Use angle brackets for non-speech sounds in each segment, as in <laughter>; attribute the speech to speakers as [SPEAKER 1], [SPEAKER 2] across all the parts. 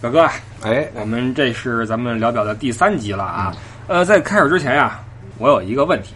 [SPEAKER 1] 表哥啊，
[SPEAKER 2] 哎，
[SPEAKER 1] 我们这是咱们聊表的第三集了啊。
[SPEAKER 2] 嗯
[SPEAKER 1] 呃，在开始之前呀、我有一个问题，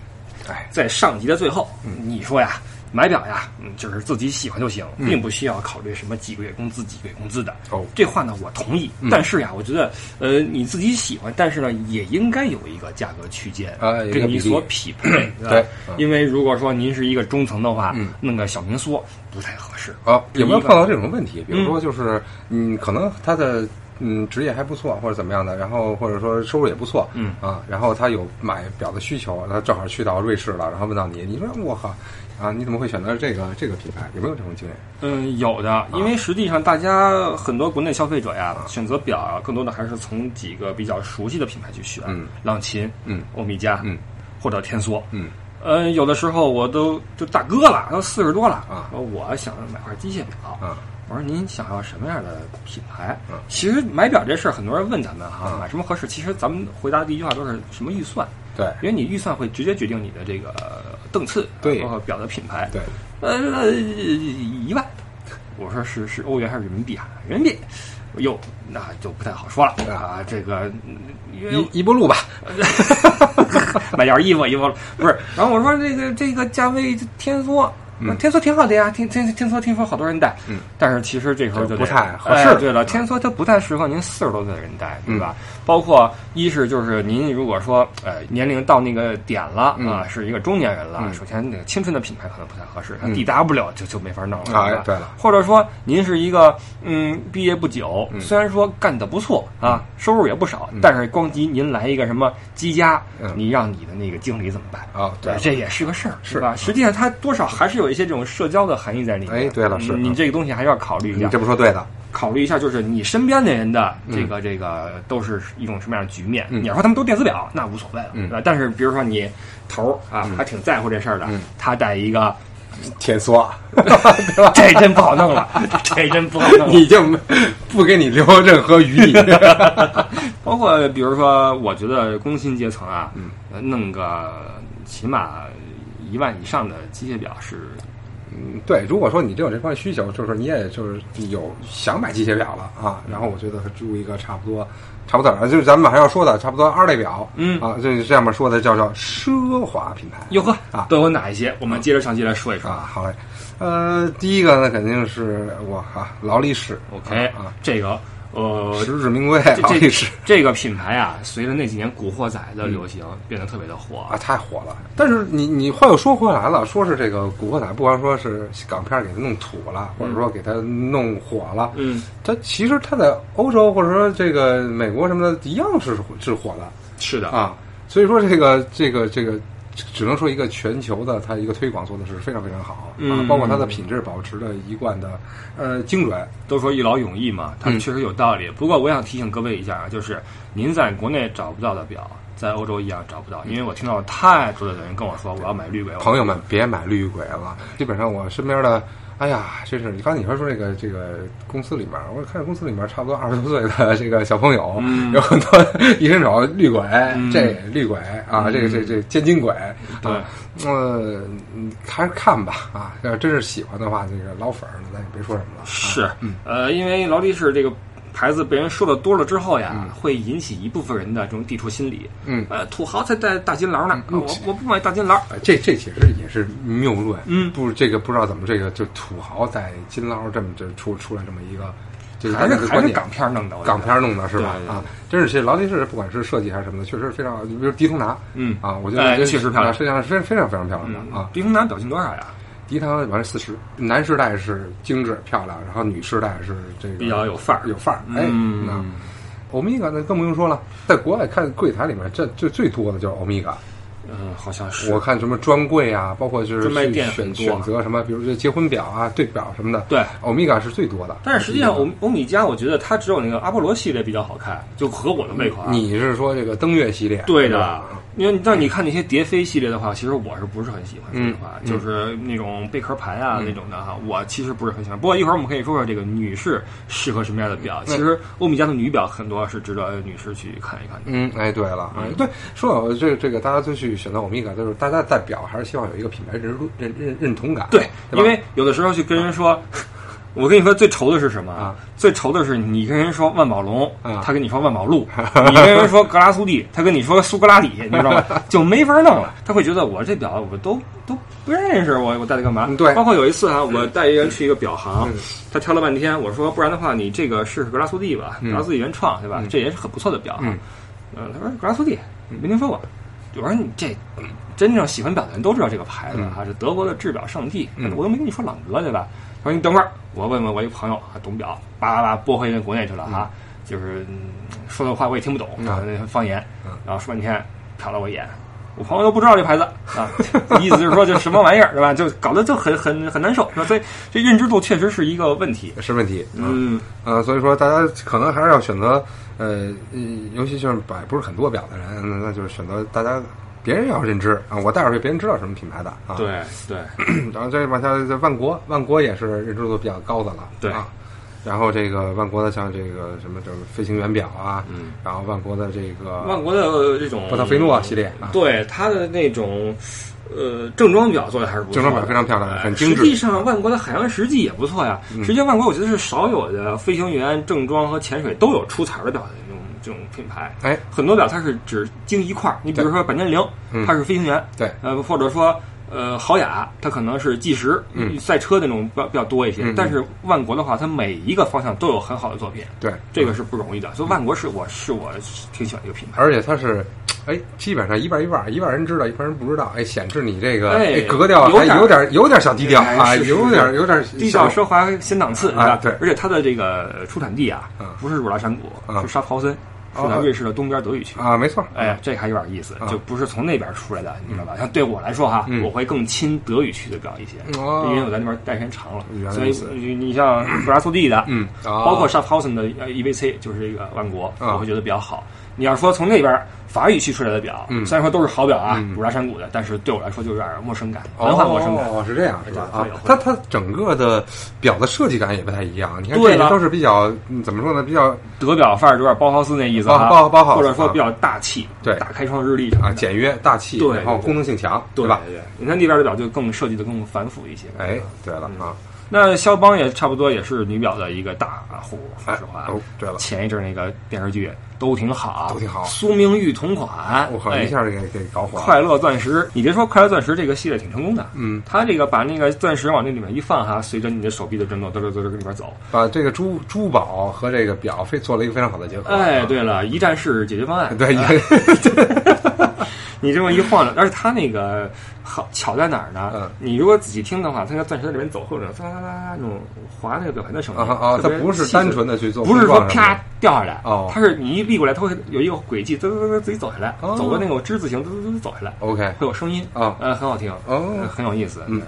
[SPEAKER 2] 哎，
[SPEAKER 1] 在上集的最后，
[SPEAKER 2] 嗯
[SPEAKER 1] 你说呀，买表呀，嗯就是自己喜欢就行，并不需要考虑什么几个月工资、几个月工资的。
[SPEAKER 2] 嗯哦嗯
[SPEAKER 1] 这话呢，我同意。但是呀，我觉得，呃，你自己喜欢，但是呢，也应该有一个价格区间，
[SPEAKER 2] 啊有一个
[SPEAKER 1] 跟你
[SPEAKER 2] 比例
[SPEAKER 1] 所匹
[SPEAKER 2] <clears throat>
[SPEAKER 1] 配。吧
[SPEAKER 2] 对嗯
[SPEAKER 1] 因为如果说您是一个中层的话，弄个小民宿不太合适。
[SPEAKER 2] 啊，有没
[SPEAKER 1] 第
[SPEAKER 2] 有
[SPEAKER 1] 一个
[SPEAKER 2] 碰到这种问题？比如说，就是嗯，可能他的嗯职业还不错，或者怎么样的，然后或者说收入也不错，
[SPEAKER 1] 嗯
[SPEAKER 2] 啊，然后他有买表的需求，他正好去到瑞士了，然后问到你，你说我靠啊，你怎么会选择这个这个品牌？有没有这种经验？
[SPEAKER 1] 嗯，有
[SPEAKER 2] 啊
[SPEAKER 1] 的，因为实际上大家很多国内消费者呀，选择表啊，更多的还是从几个比较熟悉的品牌去选，
[SPEAKER 2] 嗯
[SPEAKER 1] 朗琴、
[SPEAKER 2] 嗯
[SPEAKER 1] 欧米茄，
[SPEAKER 2] 嗯，
[SPEAKER 1] 或者天梭，
[SPEAKER 2] 嗯，
[SPEAKER 1] 呃，有的时候我都就大哥了，都四十多了
[SPEAKER 2] 啊
[SPEAKER 1] 我想买块机械表
[SPEAKER 2] 啊，
[SPEAKER 1] 我说您想要什么样的品牌？
[SPEAKER 2] 嗯
[SPEAKER 1] 其实买表这事儿，很多人问咱们哈，
[SPEAKER 2] 嗯
[SPEAKER 1] 买什么合适？其实咱们回答第一句话都是什么预算，
[SPEAKER 2] 对
[SPEAKER 1] 因为你预算会直接决定你的这个呃档次，
[SPEAKER 2] 对
[SPEAKER 1] 包括表的品牌，
[SPEAKER 2] 对，
[SPEAKER 1] 呃，一万。我说是是欧元还是人民币啊？人民币，哟，那就不太好说了啊。这个，因为
[SPEAKER 2] 一一步路吧，
[SPEAKER 1] <laughs> 买件衣服，衣服不是。然后我说这个这个价位天梭。天梭挺好的呀，天天天梭听说好多人戴，
[SPEAKER 2] 嗯
[SPEAKER 1] 但是其实这时候就得
[SPEAKER 2] 就不太合适啊
[SPEAKER 1] 哎对了，天梭它不太适合您四十多岁的人戴，对吧？
[SPEAKER 2] 嗯
[SPEAKER 1] 包括一是就是您如果说呃年龄到那个点了、
[SPEAKER 2] 嗯
[SPEAKER 1] 啊，是一个中年人了，
[SPEAKER 2] 嗯
[SPEAKER 1] 首先那个青春的品牌可能不太合适，它
[SPEAKER 2] 嗯
[SPEAKER 1] 抵达不了就就没法弄了。
[SPEAKER 2] 哎
[SPEAKER 1] 对吧
[SPEAKER 2] 对了
[SPEAKER 1] 或者说您是一个嗯毕业不久，虽然说干得不错
[SPEAKER 2] 嗯
[SPEAKER 1] 啊，收入也不少，但是光急您来一个什么积家，
[SPEAKER 2] 嗯
[SPEAKER 1] 你让你的那个经理怎么办？
[SPEAKER 2] 啊对
[SPEAKER 1] 这也是个事儿，
[SPEAKER 2] 是
[SPEAKER 1] 吧？实际上它多少还是有一些这种社交的含义在里面。
[SPEAKER 2] 哎对了是嗯
[SPEAKER 1] 嗯你这个东西还是要考虑一
[SPEAKER 2] 你
[SPEAKER 1] 下
[SPEAKER 2] 这，不说对的，
[SPEAKER 1] 考虑一下就是你身边的人的这个这个都是一种什么样的局面。
[SPEAKER 2] 嗯
[SPEAKER 1] 你要说他们都电子表，那无所谓了，
[SPEAKER 2] 嗯
[SPEAKER 1] 对吧？但是比如说你头儿啊，还挺在乎这事儿的，
[SPEAKER 2] 嗯
[SPEAKER 1] 他带一个， <laughs>
[SPEAKER 2] 天梭，
[SPEAKER 1] 这真不好弄了， <laughs> 这真不好弄了。
[SPEAKER 2] 你就 <laughs> 没不给你留任何余地，
[SPEAKER 1] 包括比如说，我觉得工薪阶层啊，
[SPEAKER 2] 嗯
[SPEAKER 1] 呃弄个起码一万以上的机械表是，
[SPEAKER 2] 嗯，对，如果说你真有这方面需求，就是你也就是有想买机械表了啊，然后我觉得注意一个差不多，差不多，就是咱们马上要说的，差不多二类表，
[SPEAKER 1] 嗯
[SPEAKER 2] 啊，就是这样面说的叫叫奢华品牌
[SPEAKER 1] 哟呵
[SPEAKER 2] 啊
[SPEAKER 1] 都有哪一些？我们接着上期来说一说。
[SPEAKER 2] 啊，好嘞，呃，第一个呢肯定是我哈、劳力士
[SPEAKER 1] OK，
[SPEAKER 2] 啊，
[SPEAKER 1] 这个呃，
[SPEAKER 2] 实至名归，
[SPEAKER 1] 这
[SPEAKER 2] 劳力士
[SPEAKER 1] 这这个品牌啊，随着那几年古惑仔的流行，变得特别的火
[SPEAKER 2] 嗯啊，。太火了。但是你你话又说回来了，说是这个《古惑仔》，不管说是港片给它弄土了，或者说给它弄火了，
[SPEAKER 1] 嗯，
[SPEAKER 2] 它其实它在欧洲或者说这个美国什么的，一样是是火的
[SPEAKER 1] 是的，
[SPEAKER 2] 啊。所以说这个这个这个，只能说一个全球的它一个推广做的是非常非常好啊
[SPEAKER 1] 嗯，
[SPEAKER 2] 包括它的品质保持的一贯的呃精准。
[SPEAKER 1] 都说一劳永逸嘛，它
[SPEAKER 2] 嗯
[SPEAKER 1] 确实有道理。不过我想提醒各位一下啊，就是您在国内找不到的表，在欧洲一样找不到，因为我听到太多的人跟我说我要买绿鬼，我
[SPEAKER 2] 朋友们别买绿鬼了，基本上我身边的，哎呀，真是你刚才你说说这个这个公司里面，我看公司里面差不多二十多岁的这个小朋友，
[SPEAKER 1] 嗯
[SPEAKER 2] 有很多一伸手绿鬼，
[SPEAKER 1] 嗯
[SPEAKER 2] 这绿鬼啊，
[SPEAKER 1] 嗯
[SPEAKER 2] 这个这这尖金鬼，
[SPEAKER 1] 对
[SPEAKER 2] 啊，呃，嗯还是看吧啊，要真是喜欢的话，这个老粉儿，咱也别说什么了。
[SPEAKER 1] 是，
[SPEAKER 2] 嗯
[SPEAKER 1] 呃，因为劳力士这个牌子被人说的多了之后呀，会引起一部分人的这种抵触心理。
[SPEAKER 2] 嗯
[SPEAKER 1] 呃，土豪才戴大金劳呢，
[SPEAKER 2] 嗯
[SPEAKER 1] 啊我我不买大金劳。
[SPEAKER 2] 呃这这其实也是谬论，
[SPEAKER 1] 嗯
[SPEAKER 2] 不，这个不知道怎么这个就土豪在金捞这么就出出来这么一个，就是
[SPEAKER 1] 还是
[SPEAKER 2] 大家的
[SPEAKER 1] 还
[SPEAKER 2] 观
[SPEAKER 1] 是
[SPEAKER 2] 点
[SPEAKER 1] 港片弄的，我觉得
[SPEAKER 2] 港片儿弄的是吧
[SPEAKER 1] 对？对
[SPEAKER 2] 啊，真是这劳力士不管是设计还是什么的，确实非常，比如迪通拿，
[SPEAKER 1] 嗯
[SPEAKER 2] 啊，我觉
[SPEAKER 1] 哎
[SPEAKER 2] 得这
[SPEAKER 1] 确实漂亮
[SPEAKER 2] 啊实际上是非非常非常漂亮的
[SPEAKER 1] 嗯
[SPEAKER 2] 啊。
[SPEAKER 1] 迪通男表情多少呀？
[SPEAKER 2] 迪通拿完四十，男时代是精致漂亮，然后女时代是这个
[SPEAKER 1] 比较有范儿
[SPEAKER 2] 有范儿。哎，
[SPEAKER 1] 嗯
[SPEAKER 2] 那欧米伽那更不用说了，在国外看柜台里面，这最最多的就是欧米伽。
[SPEAKER 1] 嗯，好像是。
[SPEAKER 2] 呃我看什么专柜啊，包括就是
[SPEAKER 1] 专卖
[SPEAKER 2] 去
[SPEAKER 1] 店很
[SPEAKER 2] 选
[SPEAKER 1] 多啊
[SPEAKER 2] 选择什么，比如这结婚表啊、对表什么的，
[SPEAKER 1] 对啊
[SPEAKER 2] 欧米伽是最多的。
[SPEAKER 1] 但是实际上，欧欧米茄，我觉得它只有那个阿波罗系列比较好看，就合我的胃口啊。
[SPEAKER 2] 你是说这个登月系列？
[SPEAKER 1] 对
[SPEAKER 2] 是
[SPEAKER 1] 的
[SPEAKER 2] 吧，
[SPEAKER 1] 因为你但你看那些蝶飞系列的话，其实我是不是很喜欢说实话，
[SPEAKER 2] 嗯
[SPEAKER 1] 就是那种贝壳牌啊、那种的哈，我其实不是很喜欢。不过一会儿我们可以说说这个女士适合什么样的表。其实欧米茄的女表很多是值得女士去看一看的。
[SPEAKER 2] 嗯，哎，对了，哎，对，说到这这个，大家都去选择欧米伽，就是大家代表还是希望有一个品牌认知认认认同感，
[SPEAKER 1] 对，
[SPEAKER 2] 对
[SPEAKER 1] 因
[SPEAKER 2] 吧
[SPEAKER 1] 为有的时候去跟人说。我跟你说最愁的是什么
[SPEAKER 2] 啊？
[SPEAKER 1] 最愁的是你跟人说万宝龙
[SPEAKER 2] 啊，
[SPEAKER 1] 他跟你说万宝
[SPEAKER 2] <laughs>
[SPEAKER 1] 路；你跟人说格拉苏蒂，他跟你说苏格拉底，你知道
[SPEAKER 2] <laughs>
[SPEAKER 1] 吗？就没法弄了。他会觉得我这表我都都不认识，我我带它干嘛
[SPEAKER 2] 嗯？对
[SPEAKER 1] 包括有一次啊，我带一个人去一个表行
[SPEAKER 2] 嗯，
[SPEAKER 1] 他挑了半天，我说不然的话，你这个试试格拉苏蒂吧，格拉苏蒂原创对吧？这也是很不错的表啊。
[SPEAKER 2] 嗯
[SPEAKER 1] 嗯，他说格拉苏蒂没听说过。我说你这真正喜欢表的人都知道这个牌子啊，是德国的制表圣地。
[SPEAKER 2] 嗯
[SPEAKER 1] 我都没跟你说朗格对吧？他说你等会儿，我问问我一朋友啊，懂表，叭叭叭拨回那国内去了啊，就是嗯说的话我也听不懂，
[SPEAKER 2] 嗯
[SPEAKER 1] 啊那方言
[SPEAKER 2] 嗯，
[SPEAKER 1] 然后说半天瞟了我一眼。我朋友都不知道这牌子
[SPEAKER 2] <laughs>
[SPEAKER 1] 啊，意思就是说就什么玩意儿，对吧？就搞得就很很很难受，是吧所以这认知度确实是一个问题。
[SPEAKER 2] 是问题。嗯
[SPEAKER 1] 嗯，
[SPEAKER 2] 呃，所以说大家可能还是要选择，呃，呃尤其就是摆不是很多表的人，那就是选择大家别人要认知啊，我带出去别人知道什么品牌的啊。
[SPEAKER 1] 对对，
[SPEAKER 2] 然后再往下，这万国，万国也是认知度比较高的了，
[SPEAKER 1] 对
[SPEAKER 2] 啊。然后这个万国的像这个什么这个飞行员表啊，
[SPEAKER 1] 嗯，
[SPEAKER 2] 然后万国的这个
[SPEAKER 1] 万国的这种
[SPEAKER 2] 波特菲诺系列啊，
[SPEAKER 1] 对它的那种呃正装表做的还是不错的，
[SPEAKER 2] 正装表非常漂亮
[SPEAKER 1] 哎
[SPEAKER 2] 很精致嗯
[SPEAKER 1] 实际上，万国的海洋实际也不错呀。实际上，万国我觉得是少有的飞行员正装和潜水都有出彩儿的表的这种这种品牌。
[SPEAKER 2] 哎，
[SPEAKER 1] 很多表它是只精一块儿，你比如说百年灵
[SPEAKER 2] 嗯，
[SPEAKER 1] 它是飞行员，
[SPEAKER 2] 对，
[SPEAKER 1] 呃，或者说。呃，豪雅它可能是计时、
[SPEAKER 2] 嗯
[SPEAKER 1] 赛车那种比较比较多一些，
[SPEAKER 2] 嗯嗯
[SPEAKER 1] 但是万国的话，它每一个方向都有很好的作品，
[SPEAKER 2] 对，
[SPEAKER 1] 这个是不容易的。所以万国是我是我挺喜欢这个品牌。
[SPEAKER 2] 而且它是，哎，基本上一半一半，一半人知道，一半人不知道，哎，显示你这个
[SPEAKER 1] 哎
[SPEAKER 2] 格调
[SPEAKER 1] 有
[SPEAKER 2] 还
[SPEAKER 1] 点
[SPEAKER 2] 有点有点小低调
[SPEAKER 1] 哎
[SPEAKER 2] 啊，
[SPEAKER 1] 是是
[SPEAKER 2] 有
[SPEAKER 1] 是
[SPEAKER 2] 点有点
[SPEAKER 1] 低
[SPEAKER 2] 小
[SPEAKER 1] 调奢华新档次，是
[SPEAKER 2] 啊
[SPEAKER 1] 吧？
[SPEAKER 2] 对
[SPEAKER 1] 而且它的这个出产地啊
[SPEAKER 2] 啊，
[SPEAKER 1] 不是汝拉山谷，
[SPEAKER 2] 啊
[SPEAKER 1] 是沙普豪森，是在
[SPEAKER 2] 哦
[SPEAKER 1] 瑞士的东边德语区。
[SPEAKER 2] 啊，没错，
[SPEAKER 1] 哎，这还有点意思
[SPEAKER 2] 啊，
[SPEAKER 1] 就不是从那边出来的，你知道吧？像对我来说哈
[SPEAKER 2] 嗯，
[SPEAKER 1] 我会更亲德语区的表一些，
[SPEAKER 2] 哦
[SPEAKER 1] 因为我在那边待时间长了
[SPEAKER 2] 原来，
[SPEAKER 1] 所
[SPEAKER 2] 如
[SPEAKER 1] 以
[SPEAKER 2] 此
[SPEAKER 1] 你你像格拉苏蒂的，
[SPEAKER 2] 嗯，啊
[SPEAKER 1] 包括沙普豪森的呃 EVC，就是这个万国，
[SPEAKER 2] 啊
[SPEAKER 1] 我会觉得比较好。你要说从那边法语区出来的表，
[SPEAKER 2] 嗯
[SPEAKER 1] 虽然说都是好表啊
[SPEAKER 2] 嗯，
[SPEAKER 1] 汝拉山谷的，但是对我来说就有点陌生感，文化陌生感。
[SPEAKER 2] 哦，是这样，是吧？啊
[SPEAKER 1] 会有会，有
[SPEAKER 2] 它它整个的表的设计感也不太一样。你看，
[SPEAKER 1] 对
[SPEAKER 2] 这个
[SPEAKER 1] 了
[SPEAKER 2] 都是比较嗯怎么说呢？比较
[SPEAKER 1] 德表范儿有点包豪斯那意思啊，
[SPEAKER 2] 包包包豪斯
[SPEAKER 1] 或者说比较大气，
[SPEAKER 2] 对
[SPEAKER 1] 大开窗日历什么
[SPEAKER 2] 啊
[SPEAKER 1] 的，
[SPEAKER 2] 简约大气，
[SPEAKER 1] 对
[SPEAKER 2] 然后
[SPEAKER 1] 对对
[SPEAKER 2] 功能性强，
[SPEAKER 1] 对
[SPEAKER 2] 吧？？
[SPEAKER 1] 对，你看那边的表就更设计的更繁复一些。
[SPEAKER 2] 哎，对了
[SPEAKER 1] 嗯
[SPEAKER 2] 啊，
[SPEAKER 1] 那肖邦也差不多也是女表的一个大户，说
[SPEAKER 2] 哎
[SPEAKER 1] 实话，，
[SPEAKER 2] 都对了，
[SPEAKER 1] 前一阵那个电视剧都挺好，
[SPEAKER 2] 都挺好
[SPEAKER 1] 苏明玉同款，
[SPEAKER 2] 我靠，
[SPEAKER 1] 哎
[SPEAKER 2] 一下给给搞火了。
[SPEAKER 1] 快乐钻石，你别说快乐钻石这个系列挺成功的，
[SPEAKER 2] 嗯，
[SPEAKER 1] 它这个把那个钻石往那里面一放哈，随着你的手臂的震动，嘚嘚嘚嘚跟里边走。
[SPEAKER 2] 把这个珠珠宝和这个表非做了一个非常好的结合。啊
[SPEAKER 1] 哎，对了，一站式解决方案，
[SPEAKER 2] 对，
[SPEAKER 1] 哎
[SPEAKER 2] 也
[SPEAKER 1] 你这么一晃悠，而且它那个好巧在哪儿呢？
[SPEAKER 2] 嗯
[SPEAKER 1] 你如果仔细听的话，它那个钻石在里面走，或者哒哒哒哒那种划那个表盘的声音
[SPEAKER 2] 啊啊，它
[SPEAKER 1] 特别
[SPEAKER 2] 不是
[SPEAKER 1] 细致
[SPEAKER 2] 单纯的去做
[SPEAKER 1] 不是说
[SPEAKER 2] 碰撞什么的
[SPEAKER 1] 啪掉下来，
[SPEAKER 2] 哦
[SPEAKER 1] 它是你一立过来，它会有一个轨迹，嘚嘚嘚嘚自己走下来，
[SPEAKER 2] 哦
[SPEAKER 1] 走个那种之字形，嘚嘚嘚走下来，
[SPEAKER 2] OK
[SPEAKER 1] 会有声音，
[SPEAKER 2] 哦
[SPEAKER 1] 呃，很好听，呃
[SPEAKER 2] 哦，
[SPEAKER 1] 很有意思，
[SPEAKER 2] 嗯，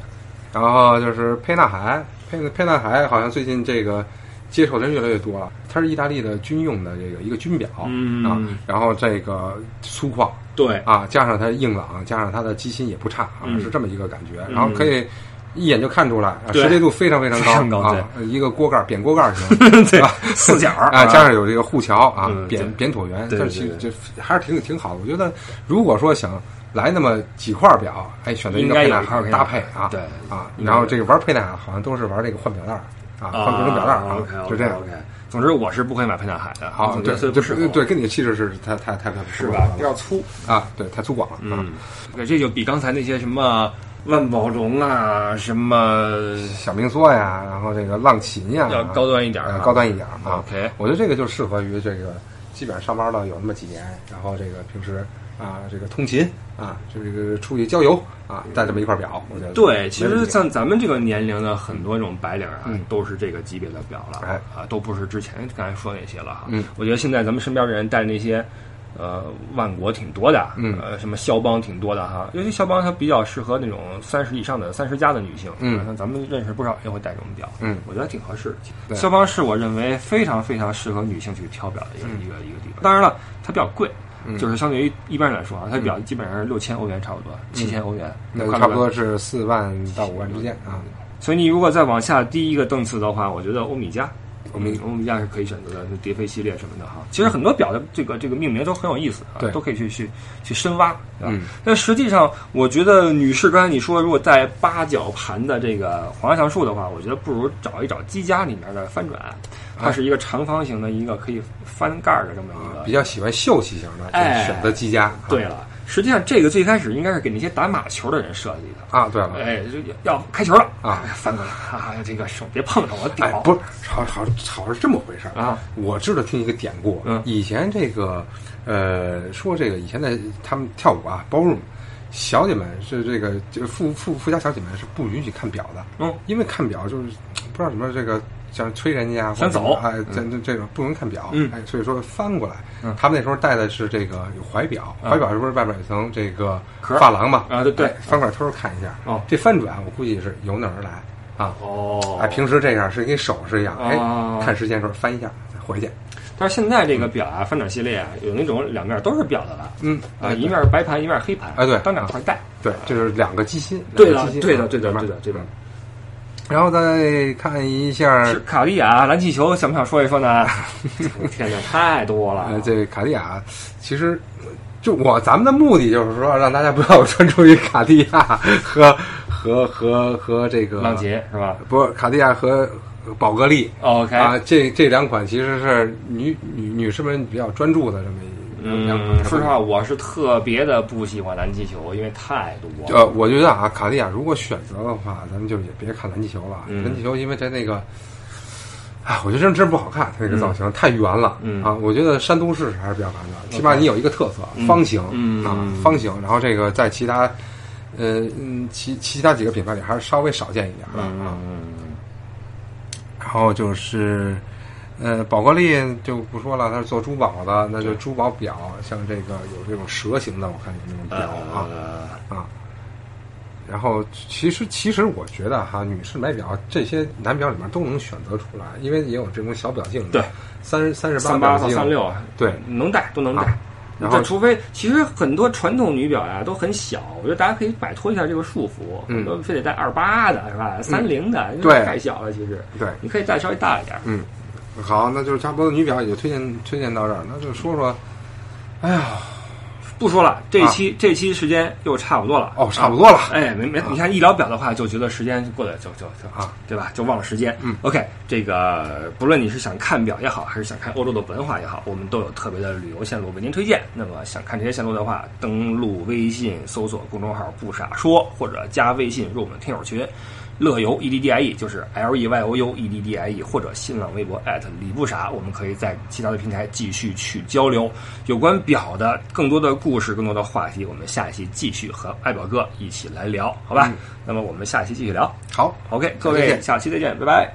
[SPEAKER 2] 然后就是沛纳海，沛沛纳海好像最近这个接受的人越来越多了。它是意大利的军用的这个一个军表、
[SPEAKER 1] 嗯
[SPEAKER 2] 啊，然后这个粗犷
[SPEAKER 1] 对，
[SPEAKER 2] 啊，加上它硬朗，加上它的机芯也不差啊，
[SPEAKER 1] 嗯
[SPEAKER 2] 是这么一个感觉。
[SPEAKER 1] 嗯
[SPEAKER 2] 然后可以一眼就看出来，啊
[SPEAKER 1] 对
[SPEAKER 2] 识别度非常非常
[SPEAKER 1] 非常高
[SPEAKER 2] 啊，一个锅盖儿扁锅盖儿型
[SPEAKER 1] <laughs> 对，四角儿
[SPEAKER 2] 啊，加上有这个护桥啊，
[SPEAKER 1] 嗯
[SPEAKER 2] 扁
[SPEAKER 1] 对
[SPEAKER 2] 扁椭圆，
[SPEAKER 1] 对
[SPEAKER 2] 但
[SPEAKER 1] 对
[SPEAKER 2] 其实
[SPEAKER 1] 对
[SPEAKER 2] 就还是挺挺好的。我觉得如果说想。来那么几块表，哎，选择一个
[SPEAKER 1] 应该
[SPEAKER 2] 沛
[SPEAKER 1] 有
[SPEAKER 2] 纳
[SPEAKER 1] 一块
[SPEAKER 2] 海
[SPEAKER 1] 沛纳
[SPEAKER 2] 搭
[SPEAKER 1] 海
[SPEAKER 2] 配啊，
[SPEAKER 1] 对嗯
[SPEAKER 2] 啊，
[SPEAKER 1] 应该
[SPEAKER 2] 然后
[SPEAKER 1] 有
[SPEAKER 2] 这个玩沛纳海好像都是玩这个换表带儿啊，换各种表带儿啊
[SPEAKER 1] o k，
[SPEAKER 2] 就这样。
[SPEAKER 1] OK，总之我是不会买沛纳海的，
[SPEAKER 2] 好，
[SPEAKER 1] 总觉
[SPEAKER 2] 对
[SPEAKER 1] 得
[SPEAKER 2] 对
[SPEAKER 1] 不适合
[SPEAKER 2] 对
[SPEAKER 1] 我
[SPEAKER 2] 对，跟你的气质是太太太太
[SPEAKER 1] 是吧？有点粗。
[SPEAKER 2] 啊，对，太粗犷了。啊，
[SPEAKER 1] 嗯，对，这就比刚才那些什么万宝龙啊，什么
[SPEAKER 2] 小明梭呀，然后这个浪琴呀，
[SPEAKER 1] 要高端一点
[SPEAKER 2] 呃
[SPEAKER 1] 啊，
[SPEAKER 2] 高端一点啊。
[SPEAKER 1] OK
[SPEAKER 2] 我觉得这个就适合于这个基本上上班了有那么几年，然后这个平时啊，这个通勤啊，就是这个出去郊游啊，带这么一块表，我觉得
[SPEAKER 1] 对，其
[SPEAKER 2] 没问
[SPEAKER 1] 实
[SPEAKER 2] 题
[SPEAKER 1] 像咱们这个年龄的很多这种白领啊，
[SPEAKER 2] 嗯
[SPEAKER 1] 都是这个级别的表了，
[SPEAKER 2] 哎
[SPEAKER 1] 啊，都不是之前刚才说那些了哈。
[SPEAKER 2] 嗯
[SPEAKER 1] 我觉得现在咱们身边的人戴那些，呃，万国挺多的，
[SPEAKER 2] 嗯
[SPEAKER 1] 呃，什么肖邦挺多的哈，尤其肖邦它比较适合那种三十以上的三十加的女性，
[SPEAKER 2] 嗯
[SPEAKER 1] 啊像咱们认识不少人会戴这种表，
[SPEAKER 2] 嗯
[SPEAKER 1] 我觉得挺合适。
[SPEAKER 2] 对
[SPEAKER 1] 肖邦是我认为非常非常适合女性去挑表的一个、一个一个地方，当然了，它比较贵。
[SPEAKER 2] 嗯
[SPEAKER 1] 就是相对于一般人来说啊，它表基本上是六千欧元差不多，七千欧元，
[SPEAKER 2] 嗯那
[SPEAKER 1] 快乐
[SPEAKER 2] 差不
[SPEAKER 1] 版
[SPEAKER 2] 多是四万到五万之间啊。
[SPEAKER 1] 所以你如果再往下低一个档次的话，我觉得欧米茄我们
[SPEAKER 2] 嗯
[SPEAKER 1] 我们家是可以选择的，就蝶飞系列什么的哈。其实很多表的这个这个命名都很有意思啊
[SPEAKER 2] 对，
[SPEAKER 1] 都可以去去去深挖，对吧？
[SPEAKER 2] 嗯
[SPEAKER 1] 但实际上，我觉得女士刚才你说，如果带八角盘的这个黄花橡树的话，我觉得不如找一找机家里面的翻转，它是一个长方形的一个可以翻盖儿的这么一个
[SPEAKER 2] 比较喜欢秀气型的，
[SPEAKER 1] 哎
[SPEAKER 2] 就选择机家。啊
[SPEAKER 1] 对了，实际上这个最开始应该是给那些打马球的人设计的。
[SPEAKER 2] 啊，对了，
[SPEAKER 1] 哎，就要开球了
[SPEAKER 2] 啊！
[SPEAKER 1] 翻过来啊！这个手别碰着我
[SPEAKER 2] 哎
[SPEAKER 1] 屌！，
[SPEAKER 2] 不是，好好好是这么回事儿
[SPEAKER 1] 啊。
[SPEAKER 2] 我知道听一个典故，
[SPEAKER 1] 嗯
[SPEAKER 2] 以前这个呃说这个以前在他们跳舞啊，ballroom 小姐们是这个就富富富家小姐们是不允许看表的，
[SPEAKER 1] 嗯，
[SPEAKER 2] 因为看表就是不知道什么这个像催人家啊，
[SPEAKER 1] 想走
[SPEAKER 2] 哎，这这这种不能看表，
[SPEAKER 1] 嗯
[SPEAKER 2] 哎，所以说翻过来
[SPEAKER 1] 嗯，
[SPEAKER 2] 他们那时候戴的是这个有怀表，
[SPEAKER 1] 嗯
[SPEAKER 2] 怀表是不是外边有一层这个
[SPEAKER 1] 壳
[SPEAKER 2] 珐琅嘛？
[SPEAKER 1] 啊对对
[SPEAKER 2] 哎翻过来偷偷看一下，
[SPEAKER 1] 哦
[SPEAKER 2] 这翻转我估计是由那儿来啊，
[SPEAKER 1] 哦，
[SPEAKER 2] 哎，平时这样是跟手势一样，哎
[SPEAKER 1] 哦，
[SPEAKER 2] 看时间的时候翻一下再回去，
[SPEAKER 1] 但是现在这个表啊，翻转系列啊，有那种两面都是表的了，
[SPEAKER 2] 嗯
[SPEAKER 1] 啊，
[SPEAKER 2] 哎
[SPEAKER 1] 一面是白盘，一面是黑盘，
[SPEAKER 2] 哎对
[SPEAKER 1] 当两块带。
[SPEAKER 2] 对，这是两个机芯，
[SPEAKER 1] 对
[SPEAKER 2] 两
[SPEAKER 1] 的
[SPEAKER 2] 个，机芯
[SPEAKER 1] 对
[SPEAKER 2] 啊
[SPEAKER 1] 的，对的，
[SPEAKER 2] 吧
[SPEAKER 1] 对的，对的。
[SPEAKER 2] 然后再看一下，
[SPEAKER 1] 是卡地亚蓝气球，想不想说一说呢？我天哪，太多了
[SPEAKER 2] 呃，！这卡地亚其实就我咱们的目的就是说，让大家不要专注于卡地亚和和和和这个
[SPEAKER 1] 浪，杰是吧
[SPEAKER 2] 不是卡地亚和和宝格丽
[SPEAKER 1] ？OK，
[SPEAKER 2] 啊，这这两款其实是女女女士们比较专注的这么一两款
[SPEAKER 1] 嗯，
[SPEAKER 2] 车。
[SPEAKER 1] 说实话，我是特别的不喜欢蓝气球，因为太多了。
[SPEAKER 2] 呃，我觉得啊，卡地亚如果选择的话，咱们就也别看蓝气球了。
[SPEAKER 1] 嗯
[SPEAKER 2] 蓝气球因为它那个，哎，我觉得真真不好看，它那个造型、太圆了、
[SPEAKER 1] 嗯
[SPEAKER 2] 啊。我觉得山东式还是比较好看的，起码你有一个特色，方形、
[SPEAKER 1] 嗯
[SPEAKER 2] 啊
[SPEAKER 1] 嗯，
[SPEAKER 2] 方形。然后这个在其他，呃，嗯，其其他几个品牌里还是稍微少见一点的、啊。
[SPEAKER 1] 嗯，
[SPEAKER 2] 然后就是，呃，宝格丽就不说了，它是做珠宝的，那就珠宝表，像这个有这种蛇形的，我看有那种表啊。
[SPEAKER 1] 呃，
[SPEAKER 2] 啊。然后其实其实我觉得哈，女士买表这些男表里面都能选择出来，因为也有这种小表径的，
[SPEAKER 1] 对，
[SPEAKER 2] 三十三十
[SPEAKER 1] 三
[SPEAKER 2] 八
[SPEAKER 1] 八到三六啊，
[SPEAKER 2] 对
[SPEAKER 1] 能戴都能戴
[SPEAKER 2] 啊。然后
[SPEAKER 1] 但除非其实很多传统女表啊呀都很小，我觉得大家可以摆脱一下这个束缚，
[SPEAKER 2] 嗯
[SPEAKER 1] 很多非得戴二八的是吧？三零的，因为
[SPEAKER 2] 对
[SPEAKER 1] 太小了，其实
[SPEAKER 2] 对。
[SPEAKER 1] 你可以戴稍微大一点。
[SPEAKER 2] 嗯，好，那就是差不多女表也就推荐推荐到这儿，那就说说，哎呀，
[SPEAKER 1] 不说了，这一期、这期时间又差不多了。
[SPEAKER 2] 啊哦，差不多了，
[SPEAKER 1] 哎，没没，你看一聊表的话，就觉得时间过得就就就
[SPEAKER 2] 啊，
[SPEAKER 1] 对吧？就忘了时间。
[SPEAKER 2] 嗯
[SPEAKER 1] ，OK，这个不论你是想看表也好，还是想看欧洲的文化也好，我们都有特别的旅游线路为您推荐。那么想看这些线路的话，登录微信搜索公众号“不傻说”，或者加微信入我们听友群。乐游 E D D I E 就是 L E Y O U E D D I E，或者新浪微博李不傻，我们可以在其他的平台继续去交流有关表的更多的故事、更多的话题。我们下一期继续和爱表哥一起来聊，好吧？那么我们下期继续聊。
[SPEAKER 2] 好，
[SPEAKER 1] OK，各
[SPEAKER 2] 再
[SPEAKER 1] 位，
[SPEAKER 2] 见
[SPEAKER 1] 下期再见，拜拜。